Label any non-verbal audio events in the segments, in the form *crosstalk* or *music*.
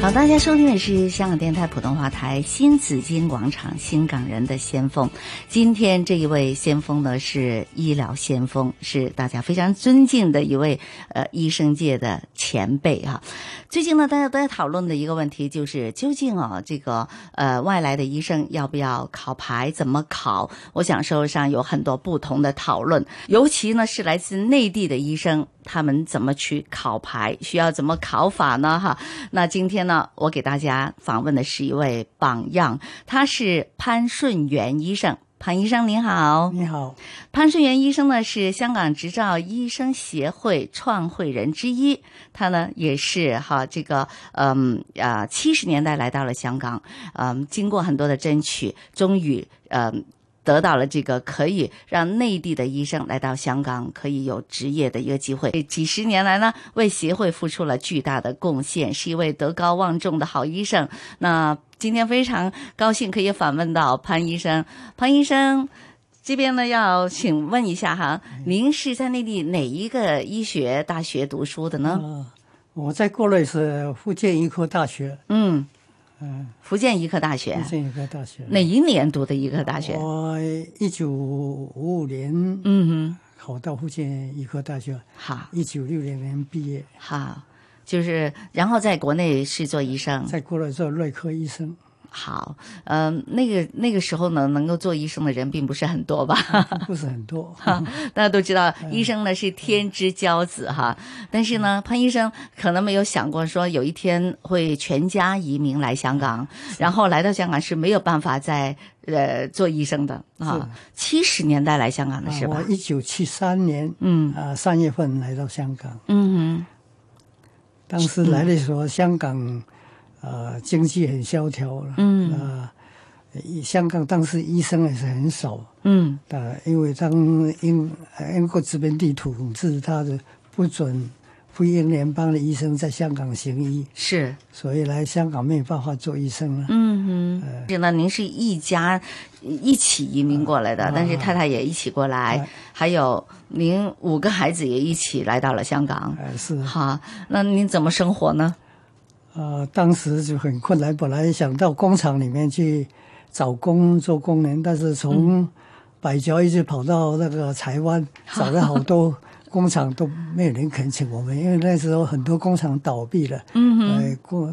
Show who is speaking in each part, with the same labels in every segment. Speaker 1: 好，大家收听的是香港电台普通话台新紫金广场新港人的先锋。今天这一位先锋呢是医疗先锋，是大家非常尊敬的一位呃医生界的前辈哈、最近呢，大家都在讨论的一个问题就是，究竟啊这个呃外来的医生要不要考牌，怎么考？我想社会上有很多不同的讨论，尤其呢是来自内地的医生，他们怎么去考牌，需要怎么考法呢？哈，那今天呢，我给大家访问的是一位榜样，他是潘顺元医生。潘医生您好，
Speaker 2: 你好，
Speaker 1: 潘顺元医生呢是香港执照医生协会创会人之一，他呢也是哈这个嗯啊七十年代来到了香港，嗯，经过很多的争取，终于嗯。得到了这个可以让内地的医生来到香港可以有职业的一个机会。几十年来呢，为协会付出了巨大的贡献，是一位德高望重的好医生。那今天非常高兴可以访问到潘医生，潘医生。这边呢，要请问一下哈，您是在内地哪一个医学大学读书的呢？
Speaker 2: 啊，我在国内是福建医科大学，
Speaker 1: 嗯，
Speaker 2: 嗯，
Speaker 1: 福建医科大学
Speaker 2: 福，建医科大学。
Speaker 1: 哪一年读的医科大学？
Speaker 2: 我一九五五年
Speaker 1: 嗯
Speaker 2: 考到福建医科大学
Speaker 1: 哼，，好，
Speaker 2: 一九六零年毕业，
Speaker 1: 好，就是然后在国内是做医生，
Speaker 2: 在国内做内科医生，
Speaker 1: 好，嗯、那个那个时候呢，能够做医生的人并不是很多吧？ *laughs*
Speaker 2: 不是很多。
Speaker 1: 大家都知道，医生呢是天之骄子哈。但是呢，潘医生可能没有想过说有一天会全家移民来香港，然后来到香港是没有办法再呃做医生的啊。七十年代来香港的
Speaker 2: 啊
Speaker 1: 是吧
Speaker 2: 我？一九七三年
Speaker 1: 嗯
Speaker 2: 啊三月份来到香港，
Speaker 1: 嗯
Speaker 2: 当时来的时候，香港呃经济很萧条了，嗯啊、香港当时医生也是很少。
Speaker 1: 哼嗯
Speaker 2: 啊，因为当英呃英国殖民地统治他的，不准非英联邦的医生在香港行医，
Speaker 1: 是
Speaker 2: 所以来香港没有办法做医生了。
Speaker 1: 嗯哼，是呢，您是一家一起移民过来的，但是太太也一起过来，还有您五个孩子也一起来到了香港。
Speaker 2: 呃，是啊、
Speaker 1: 好，那您怎么生活呢？
Speaker 2: 呃当时就很困难，本来想到工厂里面去找工做工人，但是
Speaker 1: 嗯
Speaker 2: 从百桥一直跑到那个台湾，
Speaker 1: *laughs*
Speaker 2: 找了好多工厂都没有人肯请我们，因为那时候很多工厂倒闭了，嗯呃、工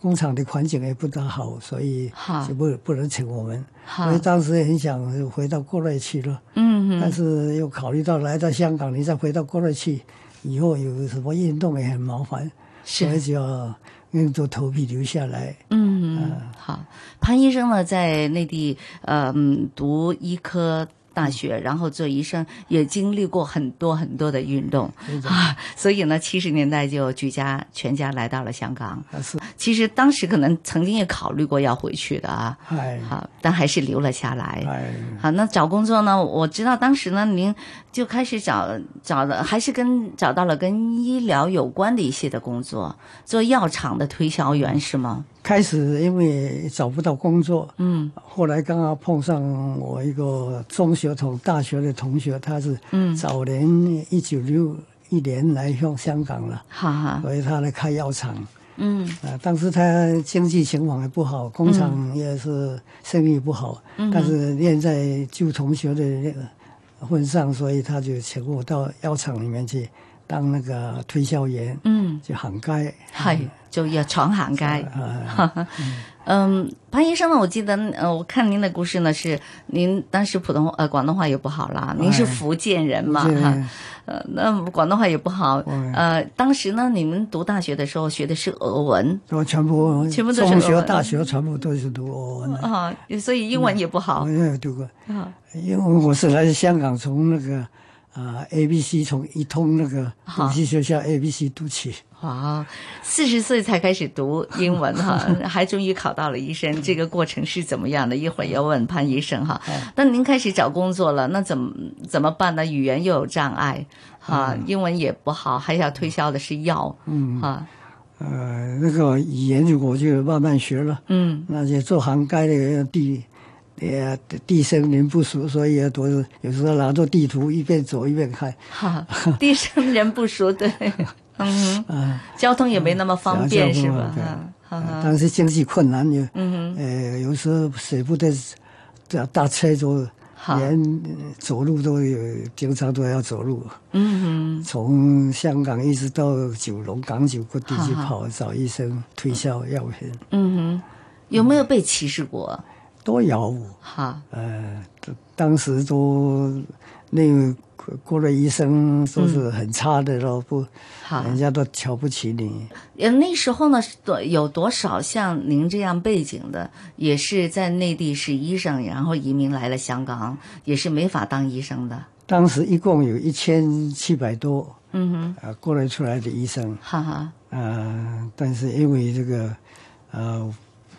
Speaker 2: 工厂的环境也不大好，所以
Speaker 1: 好
Speaker 2: 就不不能请我们。
Speaker 1: 好
Speaker 2: 所以，当时也很想回到国内去了，
Speaker 1: 嗯
Speaker 2: 但是又考虑到来到香港，你再回到国内去，以后有什么运动也很麻烦，所以
Speaker 1: 是，
Speaker 2: 就要硬着头皮留下来。
Speaker 1: 嗯，好。潘医生呢，在内地呃嗯读医科大学，然后做医生，也经历过很多很多的运动啊，所以呢，七十年代就举家全家来到了香港。
Speaker 2: 但是，
Speaker 1: 其实当时可能曾经也考虑过要回去的啊，
Speaker 2: 哎
Speaker 1: 好，但还是留了下来。
Speaker 2: 哎，
Speaker 1: 好，那找工作呢？我知道当时呢，您就开始找找了，还是跟找到了跟医疗有关的一些的工作，做药厂的推销员是吗？
Speaker 2: 开始因为找不到工作，
Speaker 1: 嗯
Speaker 2: 后来刚好碰上我一个中学同大学的同学，他是
Speaker 1: 嗯，
Speaker 2: 早年一九六一年来向香港了，
Speaker 1: 哈哈，
Speaker 2: 所以他来开药厂。
Speaker 1: 嗯
Speaker 2: 啊，当时他经济情况还不好，工厂也是生意不好，
Speaker 1: 嗯
Speaker 2: 但是念在旧同学的那个份上，所以他就请我到药厂里面去当那个推销员，
Speaker 1: 嗯，
Speaker 2: 就行街。
Speaker 1: 系做药厂行街。
Speaker 2: 啊，
Speaker 1: *laughs* 嗯，潘医生呢？我记得，呃，我看您的故事呢，是您当时普通话呃广东话也不好啦，您是
Speaker 2: 哎
Speaker 1: 福建人嘛
Speaker 2: 福建
Speaker 1: 哈
Speaker 2: 人，
Speaker 1: 呃，那广东话也不好，
Speaker 2: 哎
Speaker 1: 呃，当时呢，你们读大学的时候学的是俄文
Speaker 2: 我全部
Speaker 1: 全部都是
Speaker 2: 中
Speaker 1: 俄
Speaker 2: 学、
Speaker 1: 文
Speaker 2: 大学全部都是读俄文的，
Speaker 1: 啊，所以英文也不好
Speaker 2: 我也有读过。
Speaker 1: 啊，
Speaker 2: 因为我是来自香港，从那个啊 A B C 从一通那个
Speaker 1: 好
Speaker 2: 补习学校 A B C 读起。
Speaker 1: 哇，四十岁才开始读英文哈，还终于考到了医生，这个过程是怎么样的？一会儿要问潘医生哈。那您开始找工作了，那怎么怎么办呢？语言又有障碍，哈、英文也不好，还要推销的是药，嗯，哈，
Speaker 2: 呃，那个语言我就慢慢学了。
Speaker 1: 嗯
Speaker 2: 那些做行街的地也地生人不熟，所以多有时候拿着地图一边走一边看。
Speaker 1: 好，地生人不熟，对，嗯哼，
Speaker 2: 啊，
Speaker 1: 交通也没那么方便，
Speaker 2: 交
Speaker 1: 是
Speaker 2: 通
Speaker 1: 吧？
Speaker 2: 对
Speaker 1: 嗯好
Speaker 2: 啊
Speaker 1: 好，
Speaker 2: 当时经济困难，有
Speaker 1: 嗯
Speaker 2: 呃，有时候舍不得搭搭车走，
Speaker 1: 好
Speaker 2: 连呃走路都有，经常都要走路。
Speaker 1: 嗯
Speaker 2: 从香港一直到九龙、港九各地去
Speaker 1: 好好
Speaker 2: 跑，找医生推销药品
Speaker 1: 哼，嗯哼，有没有被歧视过？
Speaker 2: 都有。
Speaker 1: 好，
Speaker 2: 呃，当时都那个国内医生都是很差的咯，
Speaker 1: 嗯好
Speaker 2: 不，人家都瞧不起你。
Speaker 1: 呃，那时候呢，是多有多少像您这样背景的，也是在内地是医生，然后移民来了香港，也是没法当医生的。
Speaker 2: 当时一共有一千七百多
Speaker 1: 嗯哼，
Speaker 2: 啊，过来出来的医生
Speaker 1: 哈哈，
Speaker 2: 啊，但是因为这个呃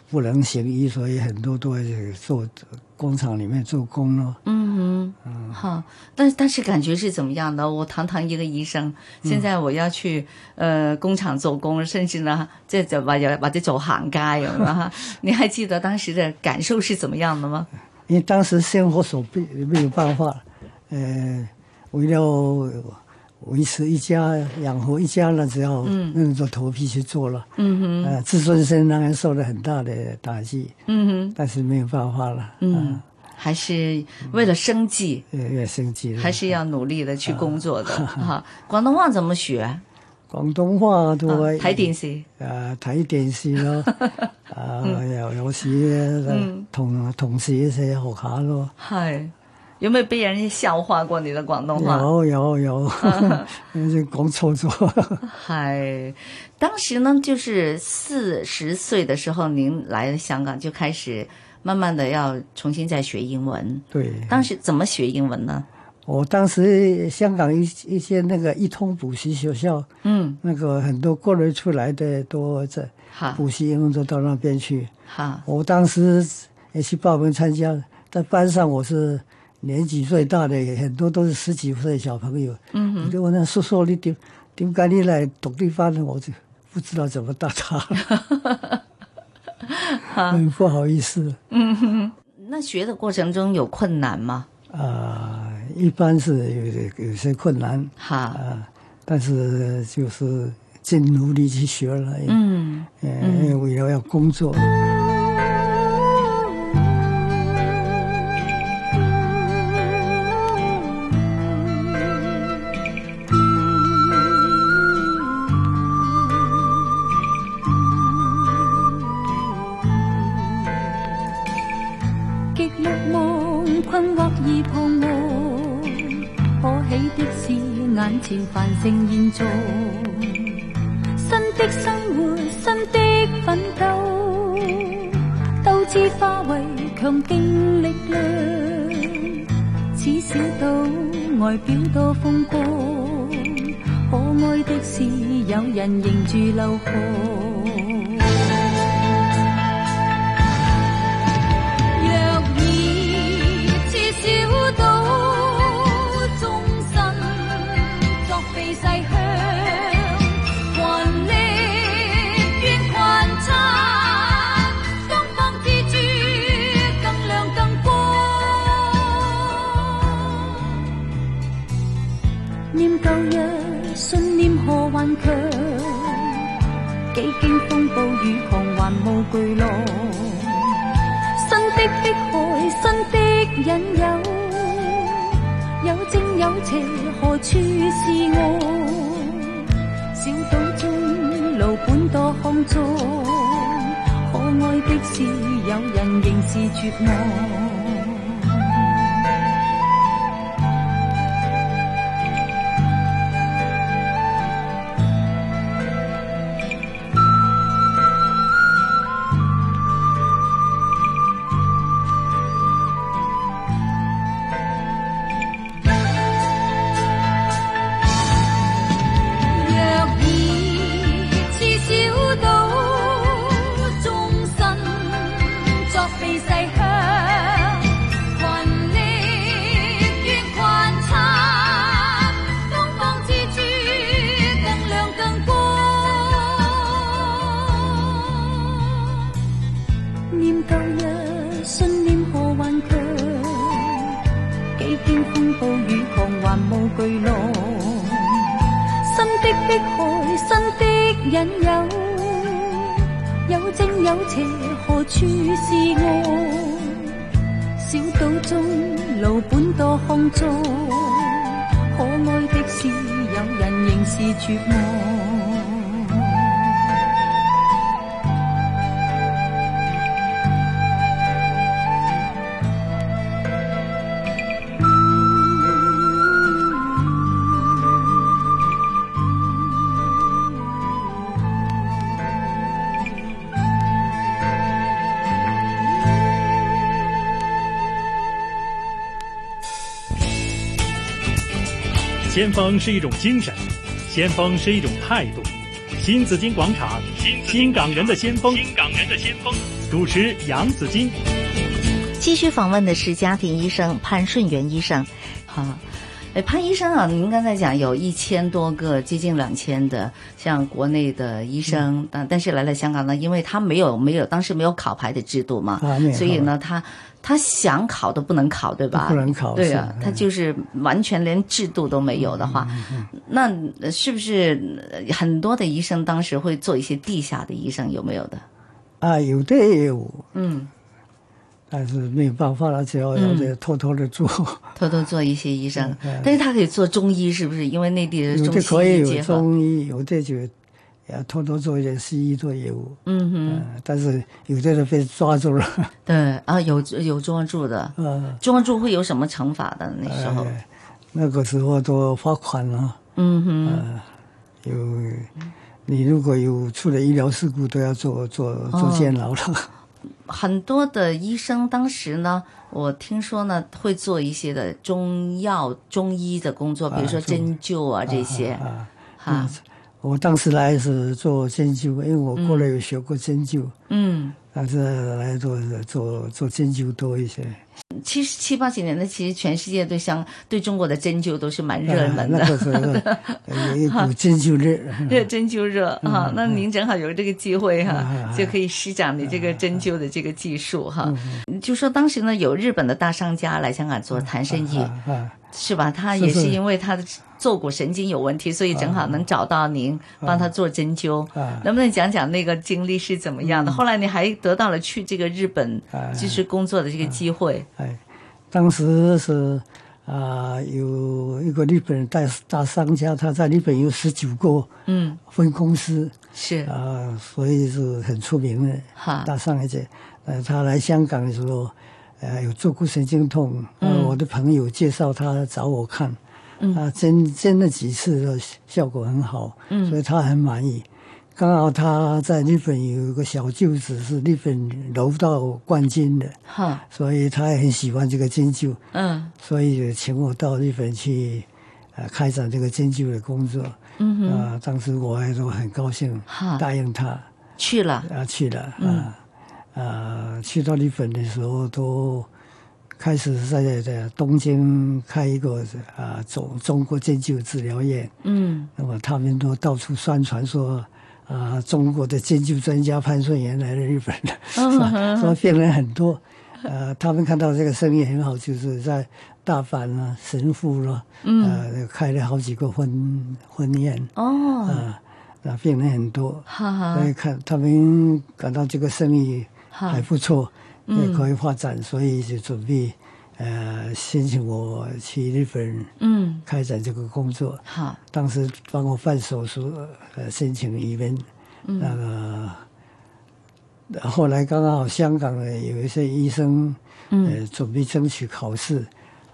Speaker 2: 不能行医，所以很多都是做工厂里面做工咯。
Speaker 1: 嗯哼，好，但但是感觉是怎么样的？我堂堂一个医生，现在我要去、呃工厂做工，甚至呢，这这或者或者走行街咁啊？ *laughs* 你还记得当时的感受是怎么样的吗？
Speaker 2: 因为当时生活所逼没有办法，呃，为了维持一家养活一家了，只要硬着头皮去做了，
Speaker 1: 嗯哼，
Speaker 2: 呃，自尊心当然受了很大的打击，
Speaker 1: 嗯哼，
Speaker 2: 但是没有办法了，
Speaker 1: 嗯，还是为了生计。
Speaker 2: 呃，越越升级了。
Speaker 1: 还是要努力的去工作的哈。广东话怎么学？啊
Speaker 2: 广东话都会
Speaker 1: 睇電視
Speaker 2: 啊睇電視咯，啊又有時呃同同事一齊學下咯，
Speaker 1: 係有沒有被人笑話過你的廣東話？
Speaker 2: 有有有，講錯咗。 *laughs*
Speaker 1: 係當時呢，就是四十歲的時候，您來了香港就開始慢慢的要重新再學英文。
Speaker 2: 對，
Speaker 1: 當時怎麼學英文呢？
Speaker 2: 我当时香港一一些那个一通补习学校，
Speaker 1: 嗯，
Speaker 2: 那个很多过来出来的都在
Speaker 1: 好，
Speaker 2: 补习，英文都到那边去。
Speaker 1: 好，
Speaker 2: 我当时也去报名参加，在班上我是年纪最大的，也很多都是十几岁的小朋友。嗯，我就问他叔叔，你点点解你来读呢班呢？我就不知道怎么答
Speaker 1: *laughs*
Speaker 2: 他，很不好意思
Speaker 1: 那學的過程中有困難嗎？
Speaker 2: 啊、一般是有有些困难。
Speaker 1: 哈，
Speaker 2: 啊，但是就是尽努力去学了，
Speaker 1: 嗯。
Speaker 2: 呃，因为为了要工作。
Speaker 3: 极欲望，困惑而彷徨。可喜的是，眼前繁盛现状，新的生活，新的奋斗，斗志化为强劲力量。此小岛外表多风光，可爱的是有人迎住流汗。若以至小島終身作避世鄉，還力願群策，東方之珠更亮更光。念舊日，信念何顽強？幾經風暴與狂還無巨浪，新的迫害，新的引誘，有正有邪，何處是我？小島中路本多康莊，可愛的是有人仍是絕望。若以至小島終身作避世鄉，群力願群策，東方之珠更亮更光。念舊日，信念何頑強？暴雨狂，還無巨浪。新的迫害，新的引誘，有正有邪，何處是岸？小島中，老本多康莊。可愛的是，有人仍是絕望。
Speaker 4: 先锋是一种精神，先锋是一种态度。新紫金广场，新新港人的先锋，新港人的先锋。主持杨紫金，
Speaker 1: 继续访问的是家庭医生潘顺元医生。好、哎，潘医生啊，您刚才讲有一千多个，接近两千的，像国内的医生，啊但、但是来了香港呢，因为他没有没有当时没有考牌的制度嘛，
Speaker 2: 啊没有
Speaker 1: 所以呢，他他想考都不能考，对吧？
Speaker 2: 都不能考
Speaker 1: 对啊，
Speaker 2: 是嗯
Speaker 1: 他就是完全连制度都没有的话，
Speaker 2: 嗯
Speaker 1: 那呃是不是呃很多的医生当时会做一些地下的医生？有没有的？
Speaker 2: 啊，有的也有，
Speaker 1: 嗯，
Speaker 2: 但是没有办法了，只要要得偷偷的
Speaker 1: *laughs*
Speaker 2: 做，
Speaker 1: 偷偷做一些医生
Speaker 2: 嗯嗯，
Speaker 1: 但是他可以做中医，是不是？因为内地的
Speaker 2: 有
Speaker 1: 中
Speaker 2: 的可
Speaker 1: 西
Speaker 2: 以
Speaker 1: 医
Speaker 2: 有
Speaker 1: 结合，
Speaker 2: 中医，有的就也偷偷做一点西医做业务，
Speaker 1: 嗯哼，
Speaker 2: 嗯、但是有的人被抓住了， *laughs*
Speaker 1: 对啊，有有抓住的，
Speaker 2: 啊，
Speaker 1: 抓住会有什么惩罚的？那时候，
Speaker 2: 哎那个时候都罚款了、呃
Speaker 1: 嗯哼，
Speaker 2: 有你如果有出了医疗事故，都要坐坐
Speaker 1: 哦
Speaker 2: 坐监牢了。 *laughs*
Speaker 1: 很多的医生当时呢，我听说呢会做一些的中药、中医的工作，比如说
Speaker 2: 啊做
Speaker 1: 针灸啊这些，
Speaker 2: 啊，
Speaker 1: 哈，
Speaker 2: 我当时来是做针灸，因为我过来有学过针灸，
Speaker 1: 嗯。
Speaker 2: 但是来做做做针灸多一些。
Speaker 1: 其实七八几年的，其实全世界对香对中国的针灸都是蛮热门的
Speaker 2: 啊，
Speaker 1: *laughs*
Speaker 2: 那个时候有一股针灸热。
Speaker 1: 热针灸热
Speaker 2: 嗯
Speaker 1: 啊，那您正好有这个机会哈、
Speaker 2: 嗯嗯
Speaker 1: 就可以施展你这个针灸的这个技术哈、
Speaker 2: 嗯
Speaker 1: 就说当时呢，有日本的大商家来香港做谈生意，
Speaker 2: 啊啊，
Speaker 1: 是吧？他
Speaker 2: 是
Speaker 1: 也是
Speaker 2: 是
Speaker 1: 因为他的坐骨神经有问题，所以正好能找到您帮他做针灸
Speaker 2: 啊。嗯
Speaker 1: 能不能讲讲那个经历是怎么样的？后来你还得到了去这个日本
Speaker 2: 啊
Speaker 1: 就是工作的这个机会，
Speaker 2: 哎，当时是啊、有一个日本大大商家，他在日本有十九个
Speaker 1: 嗯，
Speaker 2: 分公司
Speaker 1: 是
Speaker 2: 啊、所以是很出名的。
Speaker 1: 哈，
Speaker 2: 大上海姐，呃，她来香港的时候，呃，有坐骨神经痛，呃，我的朋友介绍她找我看，嗯，啊，针针了几次的效果很好，嗯，所以她很满意。刚好她在日本有一个小舅子是日本柔道冠军的，
Speaker 1: 哈，
Speaker 2: 所以她也很喜欢这个针灸，
Speaker 1: 嗯
Speaker 2: 所以也请我到日本去，呃，开展这个针灸的工作。嗯啊、当时我也都很高兴
Speaker 1: 哈，
Speaker 2: 答应她。
Speaker 1: 去了，
Speaker 2: 啊去了
Speaker 1: 嗯
Speaker 2: 啊啊，去到日本的时候都开始在在东京开一个啊中中国针灸治疗院，
Speaker 1: 嗯
Speaker 2: 那么他们都到处宣传说。啊，中国的针灸专家潘顺元来了日本
Speaker 1: 嗯
Speaker 2: 了， *laughs* 说病人很多，呃，他们看到这个生意很好，就是在大阪啊、神户了、呃，开了好几个婚婚宴，
Speaker 1: 嗯哦，
Speaker 2: 啊，那病人很多，
Speaker 1: 哈哈
Speaker 2: 所，以看他们感到这个生意
Speaker 1: 哈嗯
Speaker 2: 还不错，也可以发展，所以就准备呃申请我去日本
Speaker 1: 嗯，
Speaker 2: 开展这个工作。
Speaker 1: 好，
Speaker 2: 当时帮我办手术，呃，申请移民，那个后来刚好香港的有一些医生，呃，准备争取考试。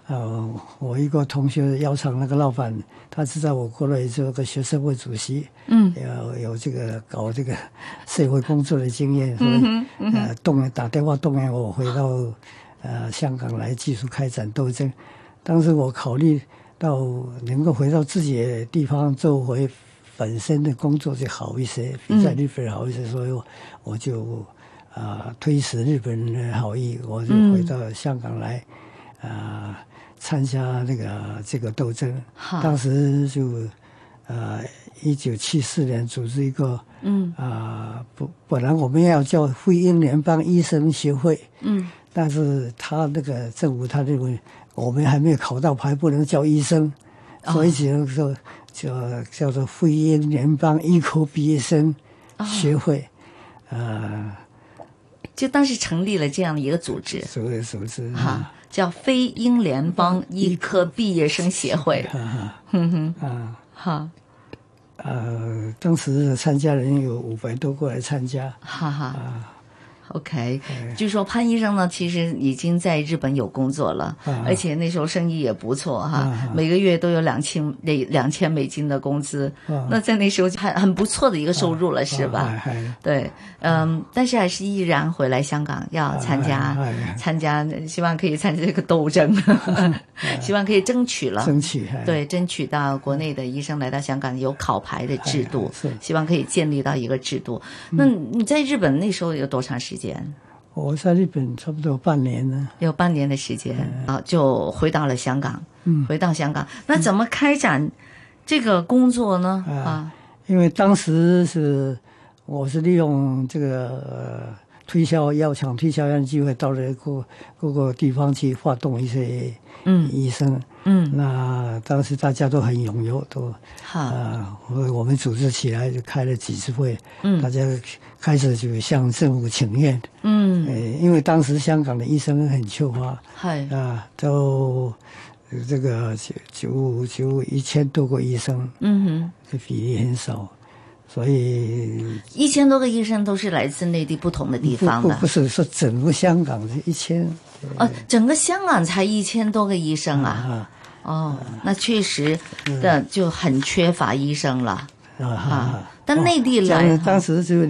Speaker 2: 呃，我一个同学药厂那个老板，他知道我过来做个学生会主席，
Speaker 1: 嗯，
Speaker 2: 有有这个搞这个社会工作的经验，所以呃动员打电话动员我回到呃香港来继续开展斗争。当时我考虑到能够回到自己的地方做回本身的工作就好一些，比在日本好一些，所以我我就啊、推辞日本人的好意，我就回到香港来啊、参加那个这个斗争
Speaker 1: 好。
Speaker 2: 当时就呃，一九七四年组织一个，
Speaker 1: 嗯
Speaker 2: 啊、本本来我们要叫惠英联邦医生协会，
Speaker 1: 嗯
Speaker 2: 但是他那个政府他认为我们还没有考到牌，不能叫医生，
Speaker 1: 哦
Speaker 2: 所以只能说叫叫做惠英联邦医科毕业生协会，
Speaker 1: 哦
Speaker 2: 呃，
Speaker 1: 就当时成立了这样的一个组织，
Speaker 2: 所谓组织
Speaker 1: 哈，叫非英联邦医科毕业生协
Speaker 2: *laughs*
Speaker 1: 会，哼哼，
Speaker 2: 啊
Speaker 1: 哈
Speaker 2: 呃，当时参加人有五百多过来参加，
Speaker 1: 哈哈。OK，据
Speaker 2: 哎
Speaker 1: 说潘医生呢，其实已经在日本有工作了，
Speaker 2: 啊
Speaker 1: 而且那时候生意也不错哈，
Speaker 2: 啊
Speaker 1: 每个月都有两千两两千美金的工资，
Speaker 2: 啊
Speaker 1: 那在那时候就还很不错的一个收入了，是吧？
Speaker 2: 啊还
Speaker 1: 对，嗯，但是还是毅然回来香港要参加、
Speaker 2: 哎哎
Speaker 1: 参加，希望可以参加这个斗争， *laughs* 希望可以争取了。
Speaker 2: 啊争取，还，
Speaker 1: 对，争取到国内的医生来到香港有考牌的制度
Speaker 2: 哎是，嗯
Speaker 1: 希望可以建立到一个制度。那你在日本那时候有多长时间？
Speaker 2: 我在日本差不多半年呢，
Speaker 1: 有半年的时间啊，就回到了香港。
Speaker 2: 哎嗯
Speaker 1: 回到香港，那怎么开展这个工作呢？
Speaker 2: 啊
Speaker 1: 啊，
Speaker 2: 因为当时是呃我是利用这个、呃、推销药厂推销药的机会，到了各各个地方去发动一些
Speaker 1: 嗯
Speaker 2: 医生。
Speaker 1: 嗯，
Speaker 2: 那当时大家都很踊跃，都啊、
Speaker 1: 好，
Speaker 2: 呃我我们组织起来就开了几次会，
Speaker 1: 嗯
Speaker 2: 大家开始就向政府请愿。
Speaker 1: 嗯，
Speaker 2: 呃，因为当时香港的医生很缺乏，
Speaker 1: 嗨，
Speaker 2: 啊，都呃这个九九九一千多个医生，
Speaker 1: 嗯哼。
Speaker 2: 这比例很少，所以
Speaker 1: 一千多个医生都是来自内地不同的地
Speaker 2: 不
Speaker 1: 方
Speaker 2: 不
Speaker 1: 的
Speaker 2: 不是说整个香港是一千
Speaker 1: 哦，整个香港才一千多个医生啊！
Speaker 2: 啊嗯
Speaker 1: 哦，那确实的就很缺乏医生了
Speaker 2: 啊
Speaker 1: 啊
Speaker 2: 啊！。
Speaker 1: 但内地来啊
Speaker 2: 当，当时就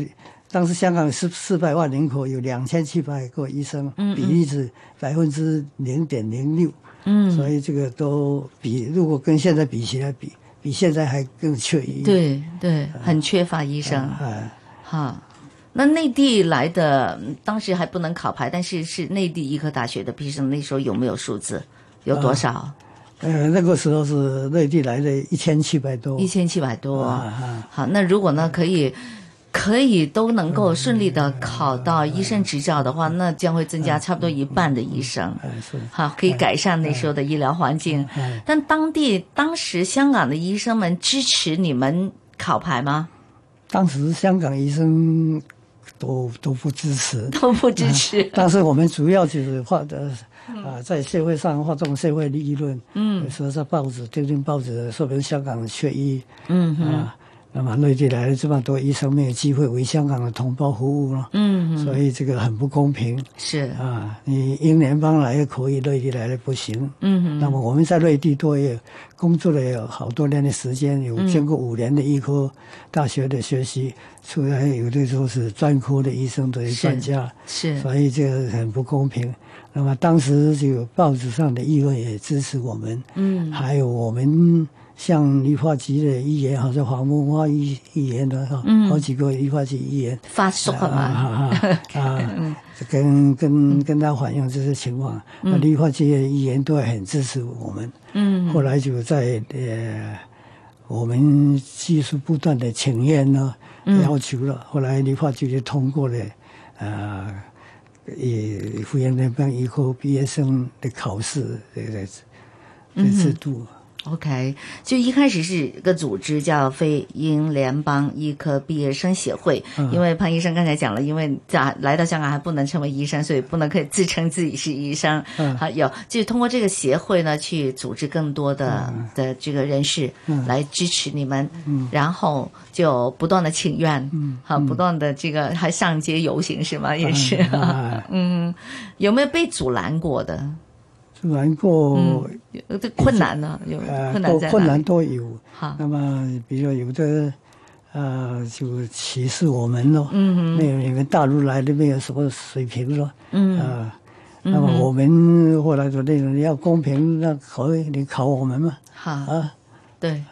Speaker 2: 当时香港四四百万人口有两千七百个医生，比例是百分之零点零六，
Speaker 1: 嗯，
Speaker 2: 所以这个都比如果跟现在比起来比。比现在还更缺医，
Speaker 1: 对对，很缺乏医生
Speaker 2: 啊，
Speaker 1: 哈。那内地来的，嗯当时还不能考牌，但是是内地医科大学的毕业生，那时候有没有数字？有多少？
Speaker 2: 呃，那个时候是内地来的一千七百多，
Speaker 1: 一千七百多。
Speaker 2: 啊啊，
Speaker 1: 好，那如果呢，可以可以都能够顺利的考到医生执照的话，
Speaker 2: 嗯
Speaker 1: 那将会增加差不多一半的医生。
Speaker 2: 哎是，
Speaker 1: 好，可以改善那时候的医疗环境。
Speaker 2: 哎，
Speaker 1: 但当地当时香港的医生们支持你们考牌吗？，
Speaker 2: 当时香港医生都都不支持
Speaker 1: 都不支持。
Speaker 2: 但是我们主要就是发的
Speaker 1: 嗯
Speaker 2: 啊、在社会上发动社会议论，嗯，说在报纸订订报纸说明香港缺医，
Speaker 1: 嗯
Speaker 2: 啊、那么内地来了这么多医生没有机会为香港的同胞服务了，
Speaker 1: 嗯，
Speaker 2: 所以这个很不公平
Speaker 1: 是，
Speaker 2: 啊！你英联邦来的可以，内地来的不行。
Speaker 1: 嗯
Speaker 2: 那么我们在内地多也工作了有好多年的时间，有经过五年的医科大学的学习，出来有的时候是专科的医生的专家，
Speaker 1: 是，
Speaker 2: 所以这个很不公平。那么当时就有报纸上的议论也支持我们，
Speaker 1: 嗯
Speaker 2: 还有我们像理化局的议员，好像黄文华议议员的哈，
Speaker 1: 嗯
Speaker 2: 好几个理化局议员，
Speaker 1: 发缩了嘛？
Speaker 2: 啊啊啊！
Speaker 1: 嗯
Speaker 2: 啊跟跟跟他反映这些情况，那绿化界议员都很支持我们。
Speaker 1: 嗯
Speaker 2: 后来就在呃，我们技术不断的请愿呢，
Speaker 1: 嗯
Speaker 2: 要求了，后来绿化局就通过了，呃，也福建那边以后毕业生的考试这个这制
Speaker 1: 嗯
Speaker 2: 度。
Speaker 1: ，OK，就一开始是一个组织叫非英联邦医科毕业生协会，
Speaker 2: 嗯
Speaker 1: 因为潘医生刚才讲了，因为在来到香港还不能成为医生，所以不能可以自称自己是医生。
Speaker 2: 嗯
Speaker 1: 还有就是通过这个协会呢，去组织更多的、的这个人士
Speaker 2: 嗯
Speaker 1: 来支持你们，然后就不断的请愿，
Speaker 2: 嗯
Speaker 1: 好，不断的这个还上街游行是吗？也 *laughs* 是，
Speaker 2: 啊啊，
Speaker 1: *laughs* 嗯，有没有被阻拦过的？
Speaker 2: 虽然过
Speaker 1: 嗯有的困难呢？有
Speaker 2: 呃
Speaker 1: 困难
Speaker 2: 都
Speaker 1: 在哪里？
Speaker 2: 困难都有。
Speaker 1: 好，
Speaker 2: 那么，比如有的，呃，就歧视我们咯，
Speaker 1: 嗯
Speaker 2: 没有你们大陆来的没有什么水平咯，
Speaker 1: 嗯
Speaker 2: 啊、那么我们后
Speaker 1: 嗯
Speaker 2: 来说那种你要公平，那考你考我们嘛，
Speaker 1: 好，
Speaker 2: 啊，
Speaker 1: 对，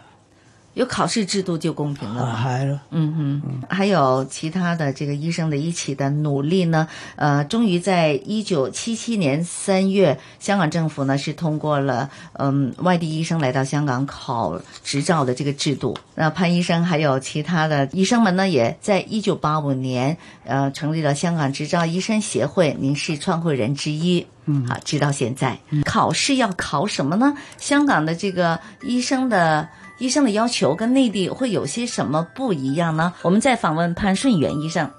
Speaker 1: 有考试制度就公平了嘛。
Speaker 2: 啊，系咯。
Speaker 1: 嗯哼，还有其他的这个医生的一起的努力呢，呃，终于在一九七七年三月，香港政府呢是通过了嗯外地医生来到香港考执照的这个制度。那潘医生还有其他的医生们呢，也在一九八五年呃成立了香港执照医生协会，您是创会人之一。嗯，好，直到现在，考试要考什么呢？香港的这个医生的医生的要求跟内地会有些什么不一样呢？我们再访问潘顺元医生。